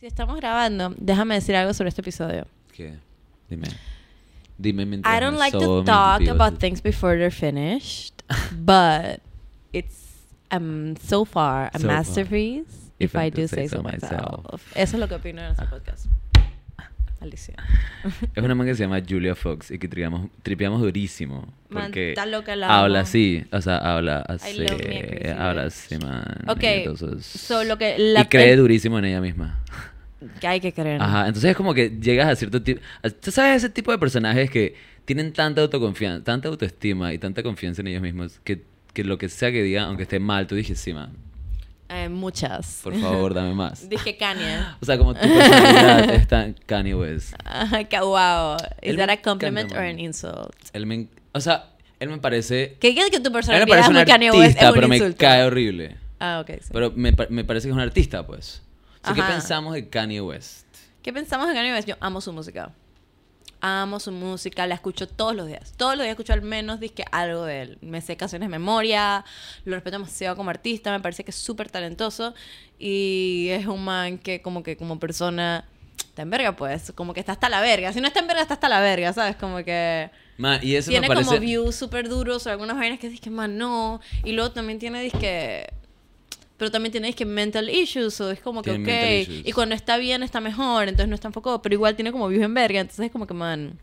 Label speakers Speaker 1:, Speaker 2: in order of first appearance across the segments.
Speaker 1: Si estamos grabando, déjame decir algo sobre este episodio.
Speaker 2: ¿Qué? Dime. Dime mientras
Speaker 1: I don't
Speaker 2: me
Speaker 1: like
Speaker 2: sobo
Speaker 1: to
Speaker 2: mis
Speaker 1: talk
Speaker 2: bigotes.
Speaker 1: about things before they're finished, but it's um, so far a
Speaker 2: So far.
Speaker 1: masterpiece. If, I do say so myself. Eso es lo que opino en este podcast. Alicia.
Speaker 2: Es una man que se llama Julia Fox y que triamos- tripeamos durísimo.
Speaker 1: Man,
Speaker 2: Porque
Speaker 1: está loca la
Speaker 2: habla
Speaker 1: amo.
Speaker 2: así, o sea, habla así,
Speaker 1: love me a crazy
Speaker 2: habla
Speaker 1: bitch.
Speaker 2: así, man.
Speaker 1: Ok,
Speaker 2: y entonces-
Speaker 1: so lo que la-
Speaker 2: y cree
Speaker 1: el-
Speaker 2: durísimo en ella misma.
Speaker 1: Que hay que creer.
Speaker 2: Ajá, entonces es como que llegas a cierto tipo... ¿Tú sabes ese tipo de personajes que tienen tanta autoconfianza, tanta autoestima y tanta confianza en ellos mismos que, que lo que sea que diga, aunque esté mal, tú dices, sí, man,
Speaker 1: Eh, muchas.
Speaker 2: por favor, dame más.
Speaker 1: Dije Kanye.
Speaker 2: O sea, como tu personalidad es tan Kanye West.
Speaker 1: Ajá, que wow. Is
Speaker 2: Él
Speaker 1: that
Speaker 2: me
Speaker 1: a compliment
Speaker 2: encanta,
Speaker 1: or
Speaker 2: man.
Speaker 1: an insult?
Speaker 2: Él me... en- O sea, él me parece...
Speaker 1: Que que que tu
Speaker 2: Él me
Speaker 1: personalidad es
Speaker 2: parece un
Speaker 1: muy Kanye West es
Speaker 2: artista,
Speaker 1: un
Speaker 2: pero me
Speaker 1: insulto.
Speaker 2: cae horrible.
Speaker 1: Ah, ok. sí.
Speaker 2: Pero me, pa- me parece que es un artista, pues. O sea, ¿Qué
Speaker 1: Ajá.
Speaker 2: pensamos de Kanye West?
Speaker 1: ¿Qué pensamos de Kanye West? Yo amo su música. Amo su música, la escucho todos los días. Todos los días escucho al menos disque algo de él. Me sé canciones de memoria, lo respeto demasiado como artista, me parece que es súper talentoso y es un man que como que como persona está en verga pues, como que está hasta la verga. Si no está en verga, está hasta la verga, ¿sabes? Como que
Speaker 2: Ma, y eso
Speaker 1: tiene
Speaker 2: me parece...
Speaker 1: como views súper duros o algunas vainas que disque man no. Y luego también tiene disque... Pero también tiene disque mental issues o es como que
Speaker 2: Tiene mental
Speaker 1: ok.
Speaker 2: issues.
Speaker 1: Y cuando está bien está mejor, entonces no está enfocado. Pero igual tiene como views en verga, entonces es como que man...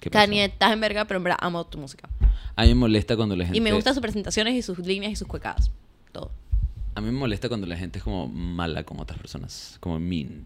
Speaker 2: ¿Qué pasó?
Speaker 1: Kanye, estás en verga, pero en verdad amo tu música.
Speaker 2: A mí me molesta cuando la gente...
Speaker 1: Y me gustan sus presentaciones y sus líneas y sus cuecadas. Todo.
Speaker 2: A mí me molesta cuando la gente es como mala como otras personas, como mean.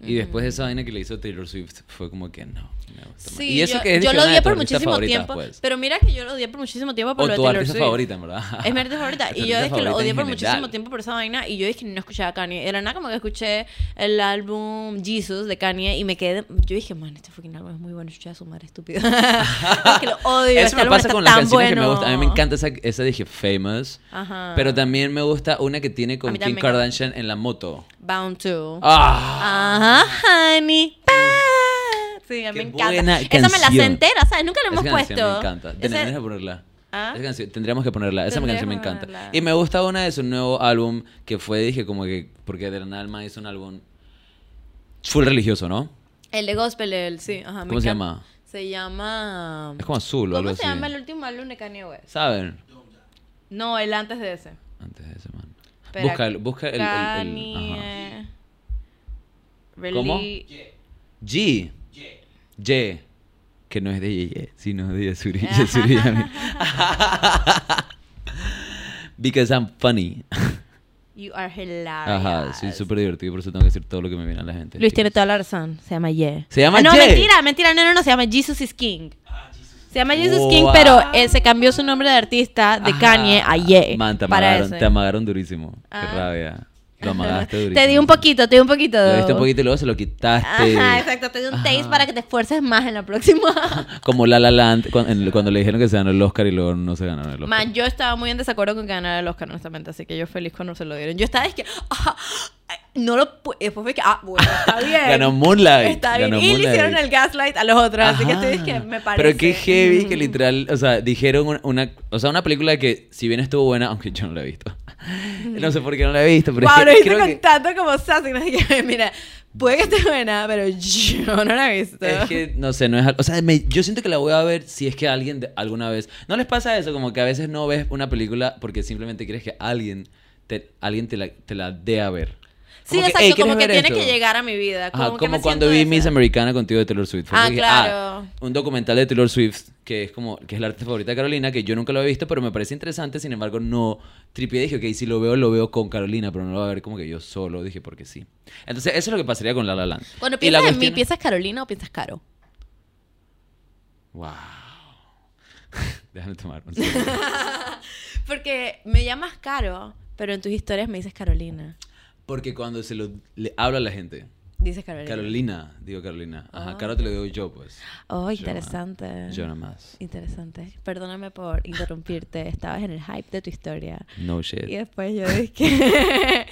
Speaker 2: Y después de esa vaina que le hizo Taylor Swift, fue como que no. me gusta más.
Speaker 1: Sí,
Speaker 2: y eso
Speaker 1: yo,
Speaker 2: que es
Speaker 1: yo
Speaker 2: que
Speaker 1: lo
Speaker 2: una de
Speaker 1: odié
Speaker 2: tus
Speaker 1: por
Speaker 2: artistas
Speaker 1: muchísimo
Speaker 2: favoritas,
Speaker 1: tiempo.
Speaker 2: pues.
Speaker 1: Pero mira que yo lo odié por muchísimo tiempo por
Speaker 2: o
Speaker 1: lo de
Speaker 2: tu
Speaker 1: Taylor
Speaker 2: artista
Speaker 1: Swift.
Speaker 2: favorita, en verdad.
Speaker 1: Es mi artista favorita.
Speaker 2: Tu
Speaker 1: Y yo
Speaker 2: artista
Speaker 1: es que lo
Speaker 2: favorita en
Speaker 1: odié por
Speaker 2: general.
Speaker 1: muchísimo tiempo por esa vaina. Y yo es que no escuchaba Kanye. Era nada como que escuché el álbum Jesus de Kanye. Y me quedé. Yo dije, man, este fucking álbum es muy bueno. Escuché a su madre estúpida. es que lo odio.
Speaker 2: Eso
Speaker 1: este
Speaker 2: me
Speaker 1: álbum
Speaker 2: pasa
Speaker 1: está
Speaker 2: con las
Speaker 1: tan
Speaker 2: canciones que me
Speaker 1: bueno.
Speaker 2: gustan. A mí me encanta esa, esa dije Famous.
Speaker 1: Ajá.
Speaker 2: Pero también me gusta una que tiene
Speaker 1: A
Speaker 2: con
Speaker 1: mí también
Speaker 2: Kim
Speaker 1: me encanta.
Speaker 2: Kardashian en la moto.
Speaker 1: Bound to.
Speaker 2: ¡Ah!
Speaker 1: Ajá, honey. Pa. Sí, a mí
Speaker 2: Qué
Speaker 1: me encanta.
Speaker 2: buena
Speaker 1: Esa me la sé
Speaker 2: canción.
Speaker 1: entera, ¿sabes? Nunca la hemos
Speaker 2: Esa
Speaker 1: puesto.
Speaker 2: canción me encanta.
Speaker 1: Ese-
Speaker 2: Tendríamos que ponerla.
Speaker 1: ¿Ah?
Speaker 2: Esa canción, tendríamos que ponerla. Esa
Speaker 1: Tendríamos
Speaker 2: canción me
Speaker 1: que
Speaker 2: encanta.
Speaker 1: ponerla.
Speaker 2: Y me gusta una de su nuevo álbum que fue, dije, como que. Porque de la nada el man hizo un álbum full religioso, ¿no?
Speaker 1: El de Gospel, el sí. Ajá, Ah, me
Speaker 2: ¿Cómo se
Speaker 1: encanta.
Speaker 2: llama?
Speaker 1: Se llama.
Speaker 2: Es como azul o
Speaker 1: ¿Cómo
Speaker 2: algo
Speaker 1: se
Speaker 2: así.
Speaker 1: llama el último álbum de Kanye West?
Speaker 2: ¿Saben?
Speaker 1: No, el antes de ese.
Speaker 2: Antes de ese man.
Speaker 1: Espera,
Speaker 2: busca el. Busca el, el- el- ajá.
Speaker 1: Kanye.
Speaker 2: ¿Cómo?
Speaker 1: Reli-
Speaker 2: G. Ye. Que no es de Yeye, sino de Yasuri. Yasuri Yami. Because I'm funny.
Speaker 1: You are hilarious.
Speaker 2: Ajá, soy súper divertido, por eso tengo que decir todo lo que me viene a la gente.
Speaker 1: Luis tiene
Speaker 2: chicos.
Speaker 1: toda la razón. Se llama Ye.
Speaker 2: Se llama
Speaker 1: Ah, No,
Speaker 2: Ye.
Speaker 1: mentira, mentira. No, no, no. Se llama Jesus is King. Se llama Jesus
Speaker 2: Wow.
Speaker 1: King, pero él se cambió su nombre de artista de
Speaker 2: Ajá.
Speaker 1: Kanye a Ye.
Speaker 2: Man, te
Speaker 1: para
Speaker 2: amagaron,
Speaker 1: ese.
Speaker 2: te amagaron durísimo.
Speaker 1: Ah.
Speaker 2: Qué rabia. Lo amagaste durísimo.
Speaker 1: Te di un poquito, te di un poquito.
Speaker 2: Lo diste un poquito y luego se lo quitaste.
Speaker 1: Ajá, exacto. Te di un taste
Speaker 2: Ajá.
Speaker 1: para que te esfuerces más en la próxima.
Speaker 2: Como La La Land, cuando, en- cuando le dijeron que se ganó el Oscar y luego no se ganaron el Oscar.
Speaker 1: Man, yo estaba muy en desacuerdo con que ganara el Oscar, honestamente, así que yo feliz cuando se lo dieron. Yo estaba, es que, ah, no lo pude. Después fue que, ah, bueno, está bien.
Speaker 2: Ganó Moonlight.
Speaker 1: Está bien.
Speaker 2: ganó
Speaker 1: y le hicieron
Speaker 2: Moonlight.
Speaker 1: el gaslight a los otros, así que
Speaker 2: Ajá.
Speaker 1: estoy, es que me Mm. parece.
Speaker 2: Pero qué heavy que literal, o sea, dijeron un- una, o sea, una película que si bien estuvo buena, aunque yo no la he visto.
Speaker 1: Mm.
Speaker 2: No sé por qué no la he visto, pero es
Speaker 1: Wow,
Speaker 2: que
Speaker 1: lo hizo
Speaker 2: creo
Speaker 1: con
Speaker 2: que-
Speaker 1: tanto como Sassy. así que, Mira, puede que esté buena, pero yo no la he visto.
Speaker 2: Es que, no sé, no es... al- O sea, me- yo siento que la voy a ver si es que alguien de- alguna vez... ¿No les pasa eso? Como que a veces no ves una película porque simplemente quieres que alguien te, alguien te, la, te la dé a ver.
Speaker 1: sí,
Speaker 2: Como que,
Speaker 1: exacto,
Speaker 2: "Hey, ¿quieres
Speaker 1: como que
Speaker 2: ver
Speaker 1: tiene
Speaker 2: esto?"
Speaker 1: que llegar a mi vida. Como,
Speaker 2: Ajá,
Speaker 1: que me
Speaker 2: como cuando vi
Speaker 1: siento
Speaker 2: Miss
Speaker 1: esa.
Speaker 2: Americana con tío de Taylor Swift. Fue
Speaker 1: Ah,
Speaker 2: como que,
Speaker 1: claro.
Speaker 2: un documental de Taylor Swift que es como que es la artista favorita de Carolina que yo nunca lo he visto, pero me parece interesante, sin embargo, no tripié dije, ok, si lo veo lo veo con Carolina, pero no lo voy a ver como que yo solo, dije porque sí. Entonces, eso es lo que pasaría con La La Land.
Speaker 1: Cuando
Speaker 2: Y la
Speaker 1: piensas en mí,
Speaker 2: cuestión-
Speaker 1: ¿piensas Carolina o piensas Caro?
Speaker 2: Wow. Déjame tomar un segundo.
Speaker 1: Porque me llamas Caro, pero en tus historias me dices Carolina.
Speaker 2: Porque cuando se lo le habla a la gente,
Speaker 1: Dices Carolina.
Speaker 2: Carolina, digo Carolina. Ajá,
Speaker 1: Ah,
Speaker 2: Caro te lo digo yo, pues.
Speaker 1: Oh,
Speaker 2: Yo nada-
Speaker 1: interesante.
Speaker 2: Yo nada más.
Speaker 1: Interesante. Perdóname por interrumpirte. Estabas en el hype de tu historia.
Speaker 2: No shit.
Speaker 1: Y después yo dije.
Speaker 2: Eh.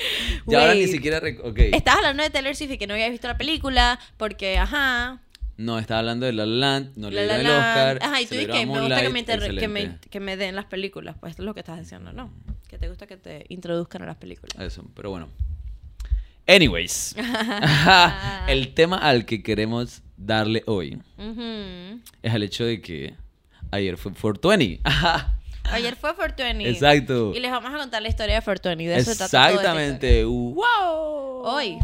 Speaker 2: Y ahora ni
Speaker 1: wait.
Speaker 2: siquiera. rec- Ok.
Speaker 1: Estabas hablando de Taylor Swift y que no habías visto la película porque, ajá.
Speaker 2: No, estaba hablando de La La Land, no
Speaker 1: la,
Speaker 2: le
Speaker 1: la,
Speaker 2: dieron el
Speaker 1: la.
Speaker 2: Oscar.
Speaker 1: Ajá, y tú
Speaker 2: se lo
Speaker 1: dices
Speaker 2: dieron a
Speaker 1: que me gusta que me,
Speaker 2: Moonlight,
Speaker 1: inter- que, me,
Speaker 2: excelente.
Speaker 1: que me den las películas. Pues esto es lo que estás diciendo, ¿no? Que te gusta que te introduzcan a las películas.
Speaker 2: Eso, pero bueno. Anyways, el tema al que queremos darle hoy
Speaker 1: Ujú.
Speaker 2: es el hecho de que ayer fue 420.
Speaker 1: Ayer fue Fortuny.
Speaker 2: Exacto.
Speaker 1: Y les vamos a contar la historia de Fortuny. De eso trata todo este
Speaker 2: Exactamente. ¡Wow!
Speaker 1: episodio. Hoy.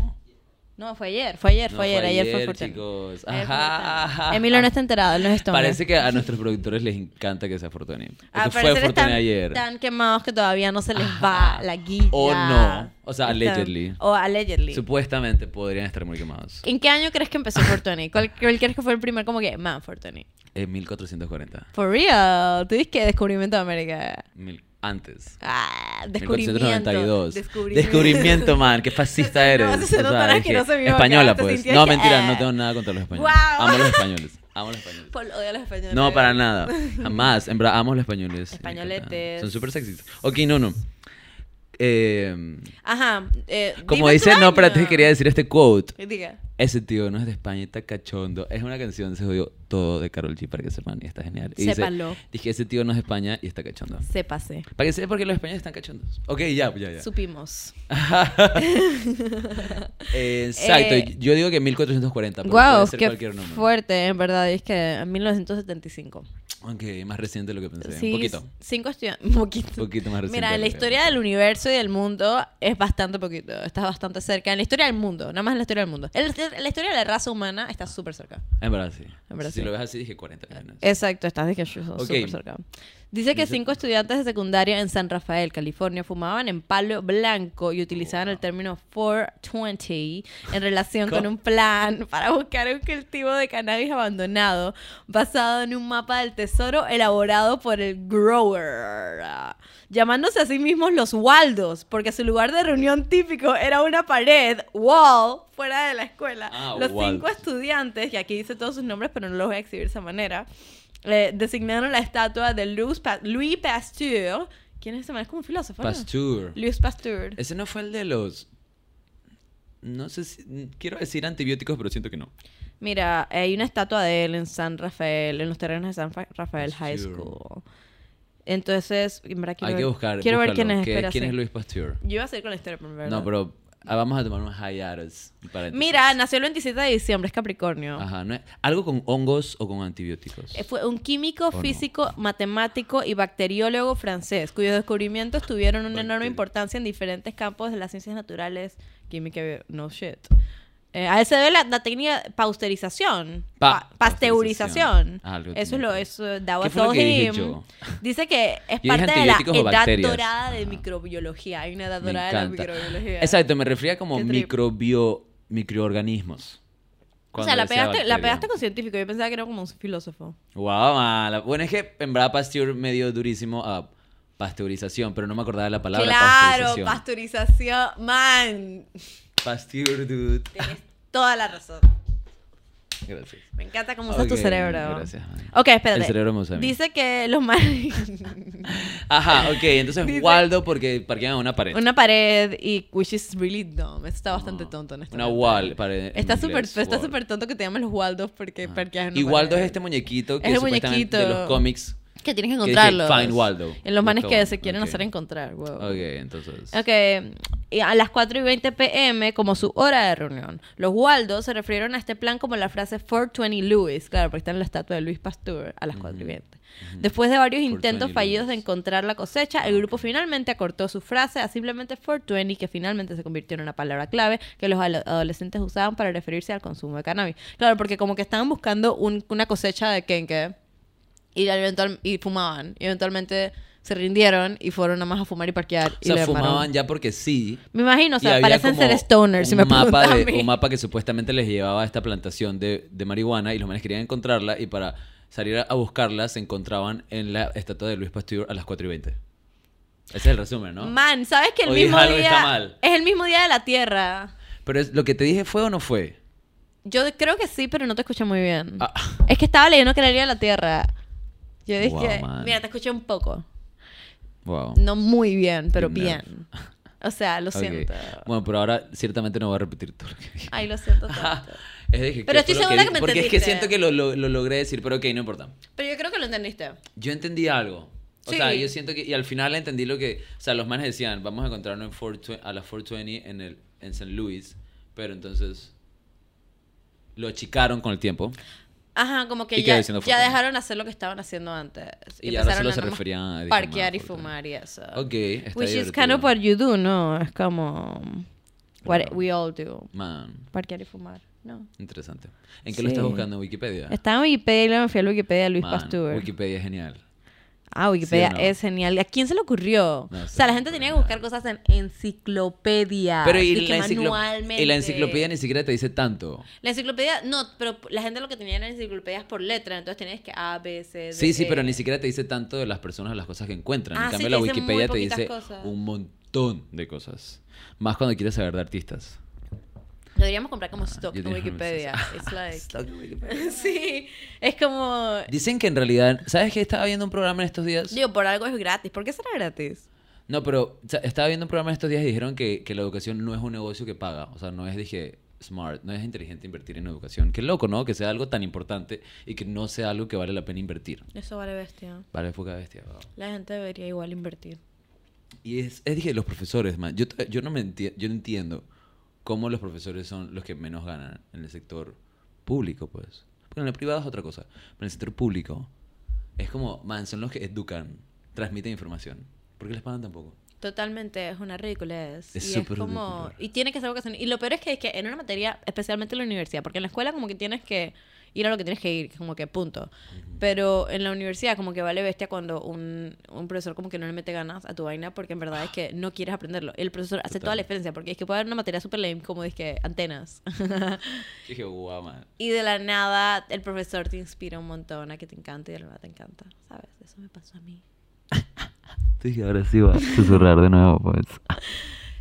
Speaker 1: No, fue ayer. Fue ayer,
Speaker 2: No,
Speaker 1: fue ayer. Ayer, fue Fortuny.
Speaker 2: chicos.
Speaker 1: Ayer fue
Speaker 2: Ajá,
Speaker 1: Fortuny.
Speaker 2: ajá.
Speaker 1: Emilio no está enterado, él no es Stone.
Speaker 2: Parece que a nuestros productores les encanta que sea Fortuny.
Speaker 1: Al
Speaker 2: Porque fue
Speaker 1: parecer
Speaker 2: Fortuny
Speaker 1: Ah, están
Speaker 2: ayer.
Speaker 1: tan quemados que todavía no se les
Speaker 2: Ajá.
Speaker 1: va la guilla.
Speaker 2: O no. O sea,
Speaker 1: Están-
Speaker 2: allegedly.
Speaker 1: O allegedly.
Speaker 2: Supuestamente podrían estar muy quemados.
Speaker 1: ¿En qué año crees que empezó Fortuny? ¿Cuál, cuál crees que fue el primer como que, man, Fortuny?
Speaker 2: En 1440.
Speaker 1: For real. Tú dices que descubrimiento de América.
Speaker 2: Mil- antes.
Speaker 1: Ah, descubrimiento.
Speaker 2: 1492.
Speaker 1: Descubrimiento.
Speaker 2: Descubrimiento, man. Qué fascista
Speaker 1: Se-
Speaker 2: eres.
Speaker 1: no, se
Speaker 2: O
Speaker 1: notó
Speaker 2: sea,
Speaker 1: que
Speaker 2: es que
Speaker 1: no se vio acá,
Speaker 2: española,
Speaker 1: te
Speaker 2: pues.
Speaker 1: sintió
Speaker 2: No,
Speaker 1: que,
Speaker 2: mentira,
Speaker 1: eh.
Speaker 2: no tengo nada contra los españoles.
Speaker 1: Guau.
Speaker 2: Amo a los españoles. Amo a los españoles.
Speaker 1: Por odio a los españoles.
Speaker 2: No, para nada. Jamás. En verdad, amo a los españoles. Me
Speaker 1: Españoletes.
Speaker 2: encantan. Son súper sexistas. Ok, no, no. Eh,
Speaker 1: Ajá. eh,
Speaker 2: como
Speaker 1: dime tu
Speaker 2: dice, no,
Speaker 1: año.
Speaker 2: espérate, quería decir este quote.
Speaker 1: Diga.
Speaker 2: Ese tío no es de España, está cachondo. Es una canción, se jodió todo de Carol G para que sepan y está genial. Y dice,
Speaker 1: Sépalo.
Speaker 2: dije, ese tío no es de España y está cachondo.
Speaker 1: Sépase.
Speaker 2: Para que sepan por qué los españoles están cachondos. Ok, ya, ya, ya.
Speaker 1: Supimos.
Speaker 2: Ah, Eh, Exacto,
Speaker 1: Eh,
Speaker 2: yo digo que 1440. pero
Speaker 1: Guau,
Speaker 2: puede ser
Speaker 1: qué
Speaker 2: cualquier número.
Speaker 1: fuerte, en verdad. Es que en 1975.
Speaker 2: Ok, más reciente de lo que pensé.
Speaker 1: Sí,
Speaker 2: un poquito.
Speaker 1: Cinco estudiantes. Un poquito.
Speaker 2: Un poquito más reciente.
Speaker 1: Mira,
Speaker 2: de
Speaker 1: en la
Speaker 2: lo que
Speaker 1: historia
Speaker 2: pensé.
Speaker 1: del universo y del mundo es bastante poquito. Estás bastante cerca. En la historia del mundo, nada más en la historia del mundo. En la, en la historia de la raza humana está súper cerca.
Speaker 2: En verdad, sí.
Speaker 1: En verdad,
Speaker 2: si
Speaker 1: sí. Eh,
Speaker 2: lo ves así, dije 40 años.
Speaker 1: Exacto, estás de que yo soy
Speaker 2: Ok.
Speaker 1: súper cerca. Dice que
Speaker 2: Dice-
Speaker 1: cinco estudiantes de secundaria en San Rafael, California, fumaban en palo blanco y utilizaban el término 420 en relación con
Speaker 2: ¿Cómo?
Speaker 1: un plan para buscar un cultivo de cannabis abandonado basado en un mapa del tesoro elaborado por el grower, llamándose a sí mismos los Waldos, porque su lugar de reunión típico era una pared, wall, fuera de la escuela.
Speaker 2: Ah,
Speaker 1: los cinco
Speaker 2: Waldos.
Speaker 1: estudiantes, y aquí dice todos sus nombres, pero no los voy a exhibir de esa manera, eh, designaron la estatua de Louis, Pa- Louis Pasteur. ¿Quién es ese man? Es como un filósofo. ¿no?
Speaker 2: Pasteur.
Speaker 1: Louis Pasteur.
Speaker 2: Ese no fue el de los. No sé si. Quiero decir antibióticos, pero siento que no.
Speaker 1: Mira, hay una estatua de él en San Rafael, en los terrenos de San Fa- Rafael High
Speaker 2: Pasteur.
Speaker 1: School. Entonces, en verdad quiero
Speaker 2: Hay que
Speaker 1: ver-
Speaker 2: buscar.
Speaker 1: Quiero ver
Speaker 2: búscalo,
Speaker 1: quién es.
Speaker 2: que-
Speaker 1: espera,
Speaker 2: ¿Quién
Speaker 1: sí.
Speaker 2: es Luis Pasteur?
Speaker 1: Yo iba a seguir con la historia, pero en verdad.
Speaker 2: No, pero ah, vamos a tomar unos hiatus. paréntesis.
Speaker 1: Mira, nació el 27 de diciembre, es Capricornio.
Speaker 2: Ajá, no es- algo con hongos o con antibióticos.
Speaker 1: Eh, Fue un químico,
Speaker 2: no?
Speaker 1: físico, matemático y bacteriólogo francés, cuyos descubrimientos tuvieron una enorme
Speaker 2: Bacteria.
Speaker 1: importancia en diferentes campos de las ciencias naturales, química, bio- no shit. Eh, a él se debe la, la técnica de pasteurización.
Speaker 2: Pa-
Speaker 1: pa- pasteurización.
Speaker 2: pasteurización. Ah, algo
Speaker 1: eso es lo,
Speaker 2: tenía que-
Speaker 1: eso, that was
Speaker 2: fue lo
Speaker 1: all
Speaker 2: que dije
Speaker 1: him.
Speaker 2: yo?
Speaker 1: Dice que es
Speaker 2: dije
Speaker 1: parte de la
Speaker 2: antibióticos o
Speaker 1: edad
Speaker 2: bacterias.
Speaker 1: dorada de
Speaker 2: Ajá.
Speaker 1: microbiología. Hay una edad
Speaker 2: Me
Speaker 1: dorada de la
Speaker 2: encanta.
Speaker 1: microbiología.
Speaker 2: Exacto, me refería como
Speaker 1: Qué trip.
Speaker 2: microbio, microorganismos.
Speaker 1: O sea,
Speaker 2: Cuando
Speaker 1: la
Speaker 2: decía
Speaker 1: pegaste, la
Speaker 2: bacteria.
Speaker 1: pegaste con científico. Yo pensaba que era como un filósofo.
Speaker 2: Guau, mala. Bueno, es que en verdad Pasteur me dio durísimo a pasteurización, pero no me acordaba la palabra
Speaker 1: claro,
Speaker 2: pasteurización.
Speaker 1: pasteurización. Man,
Speaker 2: Pasteur, dude.
Speaker 1: Tienes toda la razón.
Speaker 2: Gracias.
Speaker 1: Me encanta cómo usas tu
Speaker 2: Ok,
Speaker 1: cerebro.
Speaker 2: gracias, Mari.
Speaker 1: Ok, espérate.
Speaker 2: El cerebro me usa a mí.
Speaker 1: Dice que los mar...
Speaker 2: Ajá, ok, entonces
Speaker 1: Dice-
Speaker 2: Waldo porque parquean una pared.
Speaker 1: Una pared y which is really dumb. Eso está bastante
Speaker 2: Ajá.
Speaker 1: tonto,
Speaker 2: Una
Speaker 1: honestamente.
Speaker 2: wall, pared. en
Speaker 1: Está súper
Speaker 2: inglés,
Speaker 1: está
Speaker 2: wall.
Speaker 1: súper tonto que te llamen los Waldos porque
Speaker 2: Ajá.
Speaker 1: parqueas en una
Speaker 2: Y Waldo es
Speaker 1: pared.
Speaker 2: este muñequito que
Speaker 1: Es el
Speaker 2: supuestamente de
Speaker 1: muñequito.
Speaker 2: los cómics.
Speaker 1: que tienes que
Speaker 2: que dice,
Speaker 1: encontrarlos.
Speaker 2: "Find Waldo".
Speaker 1: En los manes
Speaker 2: Busca
Speaker 1: que
Speaker 2: Waldo,
Speaker 1: se quieren
Speaker 2: ok.
Speaker 1: hacer encontrar, wow.
Speaker 2: Ok, entonces.
Speaker 1: Oh. Ok, y a las 4 y 20 pm como su hora de reunión. Los Waldos se refirieron a este plan como la frase 420 Lewis, claro, porque está en la estatua de Luis Pasteur a las 4 y 20. Después de varios intentos
Speaker 2: 420
Speaker 1: fallidos de
Speaker 2: Lewis. Ah,
Speaker 1: encontrar la cosecha, el grupo finalmente acortó su frase a simplemente 420, que finalmente se convirtió en una palabra clave que los alo- adolescentes usaban para referirse al consumo de cannabis. Claro, porque como que estaban buscando un- una cosecha de kenke y, eventual- y fumaban, y eventualmente se rindieron y fueron nada más a fumar y parquear.
Speaker 2: O
Speaker 1: y le
Speaker 2: sea,
Speaker 1: armaron.
Speaker 2: fumaban ya porque sí.
Speaker 1: Me imagino, o
Speaker 2: y
Speaker 1: sea,
Speaker 2: había
Speaker 1: parecen
Speaker 2: como
Speaker 1: ser stoners, si
Speaker 2: un
Speaker 1: me
Speaker 2: mapa
Speaker 1: preguntan a
Speaker 2: de-
Speaker 1: mí.
Speaker 2: Un mapa que supuestamente les llevaba a esta plantación de, de marihuana y los manes querían encontrarla y para salir a, a buscarla se encontraban en la estatua de Luis Pasteur a las 4 y 20. Ese es el resumen, ¿no?
Speaker 1: Man, ¿sabes que el
Speaker 2: O dije
Speaker 1: mismo
Speaker 2: algo que está
Speaker 1: día
Speaker 2: mal.
Speaker 1: es el mismo día de la Tierra?
Speaker 2: Pero es- lo que te dije fue o no fue.
Speaker 1: Yo creo que sí, pero no te escuché muy bien.
Speaker 2: Ah.
Speaker 1: Es que estaba leyendo que era el día de la Tierra. Yo dije,
Speaker 2: Wow, man.
Speaker 1: mira, te escuché un poco.
Speaker 2: Wow.
Speaker 1: No muy bien, pero
Speaker 2: Qué nerf.
Speaker 1: bien. O sea, lo
Speaker 2: Ok.
Speaker 1: siento.
Speaker 2: Bueno, pero ahora ciertamente no voy a repetir todo lo que dije.
Speaker 1: Ay, lo siento tanto.
Speaker 2: Es de que-
Speaker 1: Pero
Speaker 2: ¿qué
Speaker 1: estoy
Speaker 2: fue lo
Speaker 1: segura
Speaker 2: dije?
Speaker 1: que me
Speaker 2: Porque es que
Speaker 1: entendiste.
Speaker 2: siento que lo, lo- lo logré decir, pero ok, no importa.
Speaker 1: Pero yo creo que lo entendiste.
Speaker 2: Yo entendí algo. O
Speaker 1: Sí.
Speaker 2: sea, yo siento que. Y al final entendí lo que. O sea, los manes decían, vamos a encontrarnos en 420 a las 420 en el, en St. Louis, pero entonces lo achicaron con el tiempo
Speaker 1: Ajá, como
Speaker 2: Y
Speaker 1: que
Speaker 2: queda
Speaker 1: ya,
Speaker 2: diciendo
Speaker 1: ya
Speaker 2: fuerte.
Speaker 1: dejaron de hacer lo que estaban haciendo antes.
Speaker 2: Y ahora
Speaker 1: Empezaron
Speaker 2: solo
Speaker 1: a
Speaker 2: se
Speaker 1: nomás
Speaker 2: referían a dije,
Speaker 1: Parquear y
Speaker 2: más fuerte.
Speaker 1: fumar y eso.
Speaker 2: Ok, está
Speaker 1: Ah. Which is
Speaker 2: divertido.
Speaker 1: kind of what you do, ¿no? Es como... What
Speaker 2: Claro.
Speaker 1: we all do.
Speaker 2: Man,
Speaker 1: Parquear y fumar, ¿no?
Speaker 2: interesante. ¿En qué lo estás
Speaker 1: Sí.
Speaker 2: buscando? ¿En Wikipedia?
Speaker 1: Estaba en Wikipedia y luego me fui a la Wikipedia de Luis
Speaker 2: Man,
Speaker 1: Pasteur.
Speaker 2: Wikipedia es genial.
Speaker 1: Ah, Wikipedia
Speaker 2: ¿Sí o no?
Speaker 1: es genial. ¿A quién se le ocurrió?
Speaker 2: No
Speaker 1: o
Speaker 2: sé,
Speaker 1: sea, la gente
Speaker 2: pero
Speaker 1: tenía que
Speaker 2: nada.
Speaker 1: buscar cosas en enciclopedia.
Speaker 2: Pero y
Speaker 1: de Ah, que
Speaker 2: la, enciclo-
Speaker 1: manualmente.
Speaker 2: y la enciclopedia ni siquiera te dice tanto.
Speaker 1: La enciclopedia, no, pero la gente lo que tenía eran enciclopedias por letra, entonces tenías que A, B, C, D.
Speaker 2: Sí, sí,
Speaker 1: E.
Speaker 2: pero ni siquiera te dice tanto de las personas o las cosas que encuentran.
Speaker 1: Ah,
Speaker 2: en
Speaker 1: sí,
Speaker 2: cambio,
Speaker 1: te
Speaker 2: la
Speaker 1: dice muy
Speaker 2: Wikipedia te
Speaker 1: poquitas
Speaker 2: dice
Speaker 1: cosas.
Speaker 2: un montón de cosas. Más cuando quieres saber de artistas.
Speaker 1: Lo deberíamos comprar como stock
Speaker 2: Ah, yo
Speaker 1: en
Speaker 2: tenía que
Speaker 1: Wikipedia.
Speaker 2: pensar.
Speaker 1: It's like.
Speaker 2: Stock en
Speaker 1: sí, es como.
Speaker 2: Dicen que en realidad, ¿sabes que estaba viendo un programa en estos días?
Speaker 1: Digo, por algo es gratis. ¿Por qué será gratis?
Speaker 2: No, pero o sea, estaba viendo un programa en estos días y dijeron que, que la educación no es un negocio que paga. O sea, no es, dije, smart, no es inteligente invertir en educación. Qué loco, ¿no? Que sea algo tan importante y que no sea algo que vale la pena invertir.
Speaker 1: Eso vale bestia.
Speaker 2: Vale, poca bestia. wow.
Speaker 1: La gente debería igual invertir.
Speaker 2: Y es, es dije, los profesores, man. Yo, t- yo no me enti- yo no entiendo cómo los profesores son los que menos ganan en el sector público, pues. Porque en el privado es otra cosa. Pero en el sector público es como, man, son los que educan, transmiten información. ¿Por qué les pagan tampoco?
Speaker 1: Totalmente, es una ridiculez.
Speaker 2: Es
Speaker 1: y
Speaker 2: súper
Speaker 1: es como.
Speaker 2: ridículo.
Speaker 1: Y tiene que ser vocación. Y lo peor es que, es que en una materia, especialmente en la universidad, porque en la escuela como que tienes que ir a lo que tienes que ir, como que punto. Pero en la universidad como que vale bestia cuando un, un profesor como que no le mete ganas a tu vaina porque en verdad es que no quieres aprenderlo. El profesor hace toda
Speaker 2: Total.
Speaker 1: la diferencia porque es que puede haber una materia súper lame como es que antenas.
Speaker 2: Yo dije, wow, man.
Speaker 1: y de la nada el profesor te inspira un montón a que te encante y de la nada te encanta. ¿Sabes? Eso me pasó a mí.
Speaker 2: Yo dije, ahora sí va a susurrar de nuevo, pues.